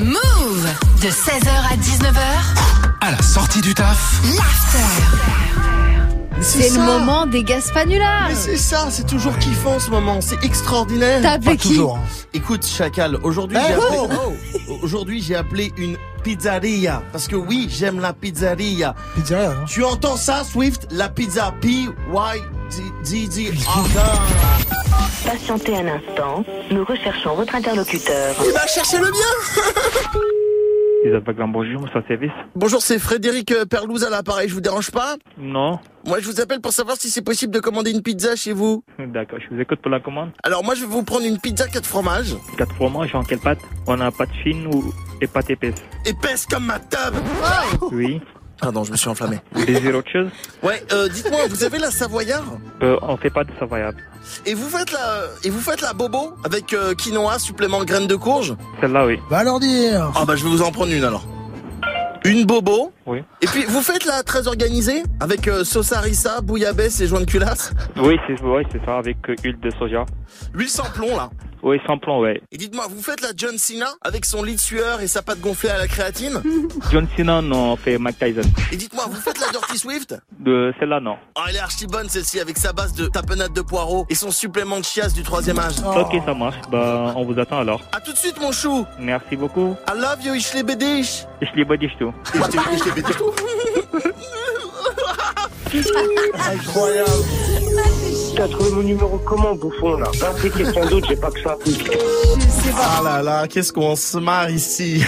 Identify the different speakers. Speaker 1: Move de 16h à 19h,
Speaker 2: À la sortie du taf,
Speaker 1: l'after.
Speaker 3: C'est le moment des Gaspanulas.
Speaker 4: Mais c'est ça, c'est toujours kiffant ce moment, c'est extraordinaire.
Speaker 3: T'as appelé qui Eh oh.
Speaker 4: Écoute, Chacal, aujourd'hui j'ai appelé, Oh. aujourd'hui j'ai appelé une pizzeria parce que oui, j'aime la pizzeria.
Speaker 5: Pizzeria, hein.
Speaker 4: Tu entends ça, Swift La pizza P Y D D
Speaker 6: Patientez un instant, nous recherchons votre interlocuteur.
Speaker 4: Il va chercher le bien.
Speaker 7: Isabelle bonjour, ça service
Speaker 4: Bonjour, c'est Frédéric euh, Perlouz à l'appareil. Je vous dérange pas
Speaker 7: Non.
Speaker 4: Moi, je vous appelle pour savoir si c'est possible de commander une pizza chez vous.
Speaker 7: D'accord, je vous écoute pour la commande.
Speaker 4: Alors moi, je vais vous prendre une pizza 4 fromages,
Speaker 7: Quatre fromages, en quelle pâte On a pâte fine ou et pâte épaisse
Speaker 4: épaisse comme ma table.
Speaker 7: Oui.
Speaker 4: Pardon, je me suis enflammé.
Speaker 7: Désir autre chose
Speaker 4: Ouais, euh, dites-moi, vous avez la savoyarde
Speaker 7: euh, On fait pas de savoyarde.
Speaker 4: Et vous faites la et vous faites la bobo avec euh, quinoa supplément de graines de courge
Speaker 7: Celle-là, oui.
Speaker 5: Va leur dire.
Speaker 4: Ah bah je vais vous en prendre une alors. Une bobo.
Speaker 7: Oui.
Speaker 4: Et puis vous faites la très organisée avec euh, sauce harissa, bouillabaisse et joint de culasse.
Speaker 7: Oui, c'est ouais, c'est ça, avec euh, huile de soja.
Speaker 4: Huile sans plomb là.
Speaker 7: Oui, sans plomb, ouais.
Speaker 4: Et dites-moi, vous faites la John Cena avec son lit de sueur et sa pâte gonflée à la créatine
Speaker 7: John Cena, non, on fait Mike Tyson.
Speaker 4: Et dites-moi, vous faites la Dirty Swift
Speaker 7: De celle-là, non.
Speaker 4: Ah, elle est archi bonne celle-ci avec sa base de tapenade de poireaux et son supplément de chiasse du troisième âge.
Speaker 7: Ok, ça marche. Bah, on vous attend alors.
Speaker 4: À tout de suite mon chou.
Speaker 7: Merci beaucoup.
Speaker 4: I love you, ich liebe dich.
Speaker 7: Je les body tout.
Speaker 4: Et je t'ai- et je t'ai pété.
Speaker 8: Incroyable. T'as trouvé mon numéro comment, bouffon, là Va appeler quelqu'un d'autre, j'ai pas que ça.
Speaker 4: Ah là là, qu'est-ce qu'on se marre ici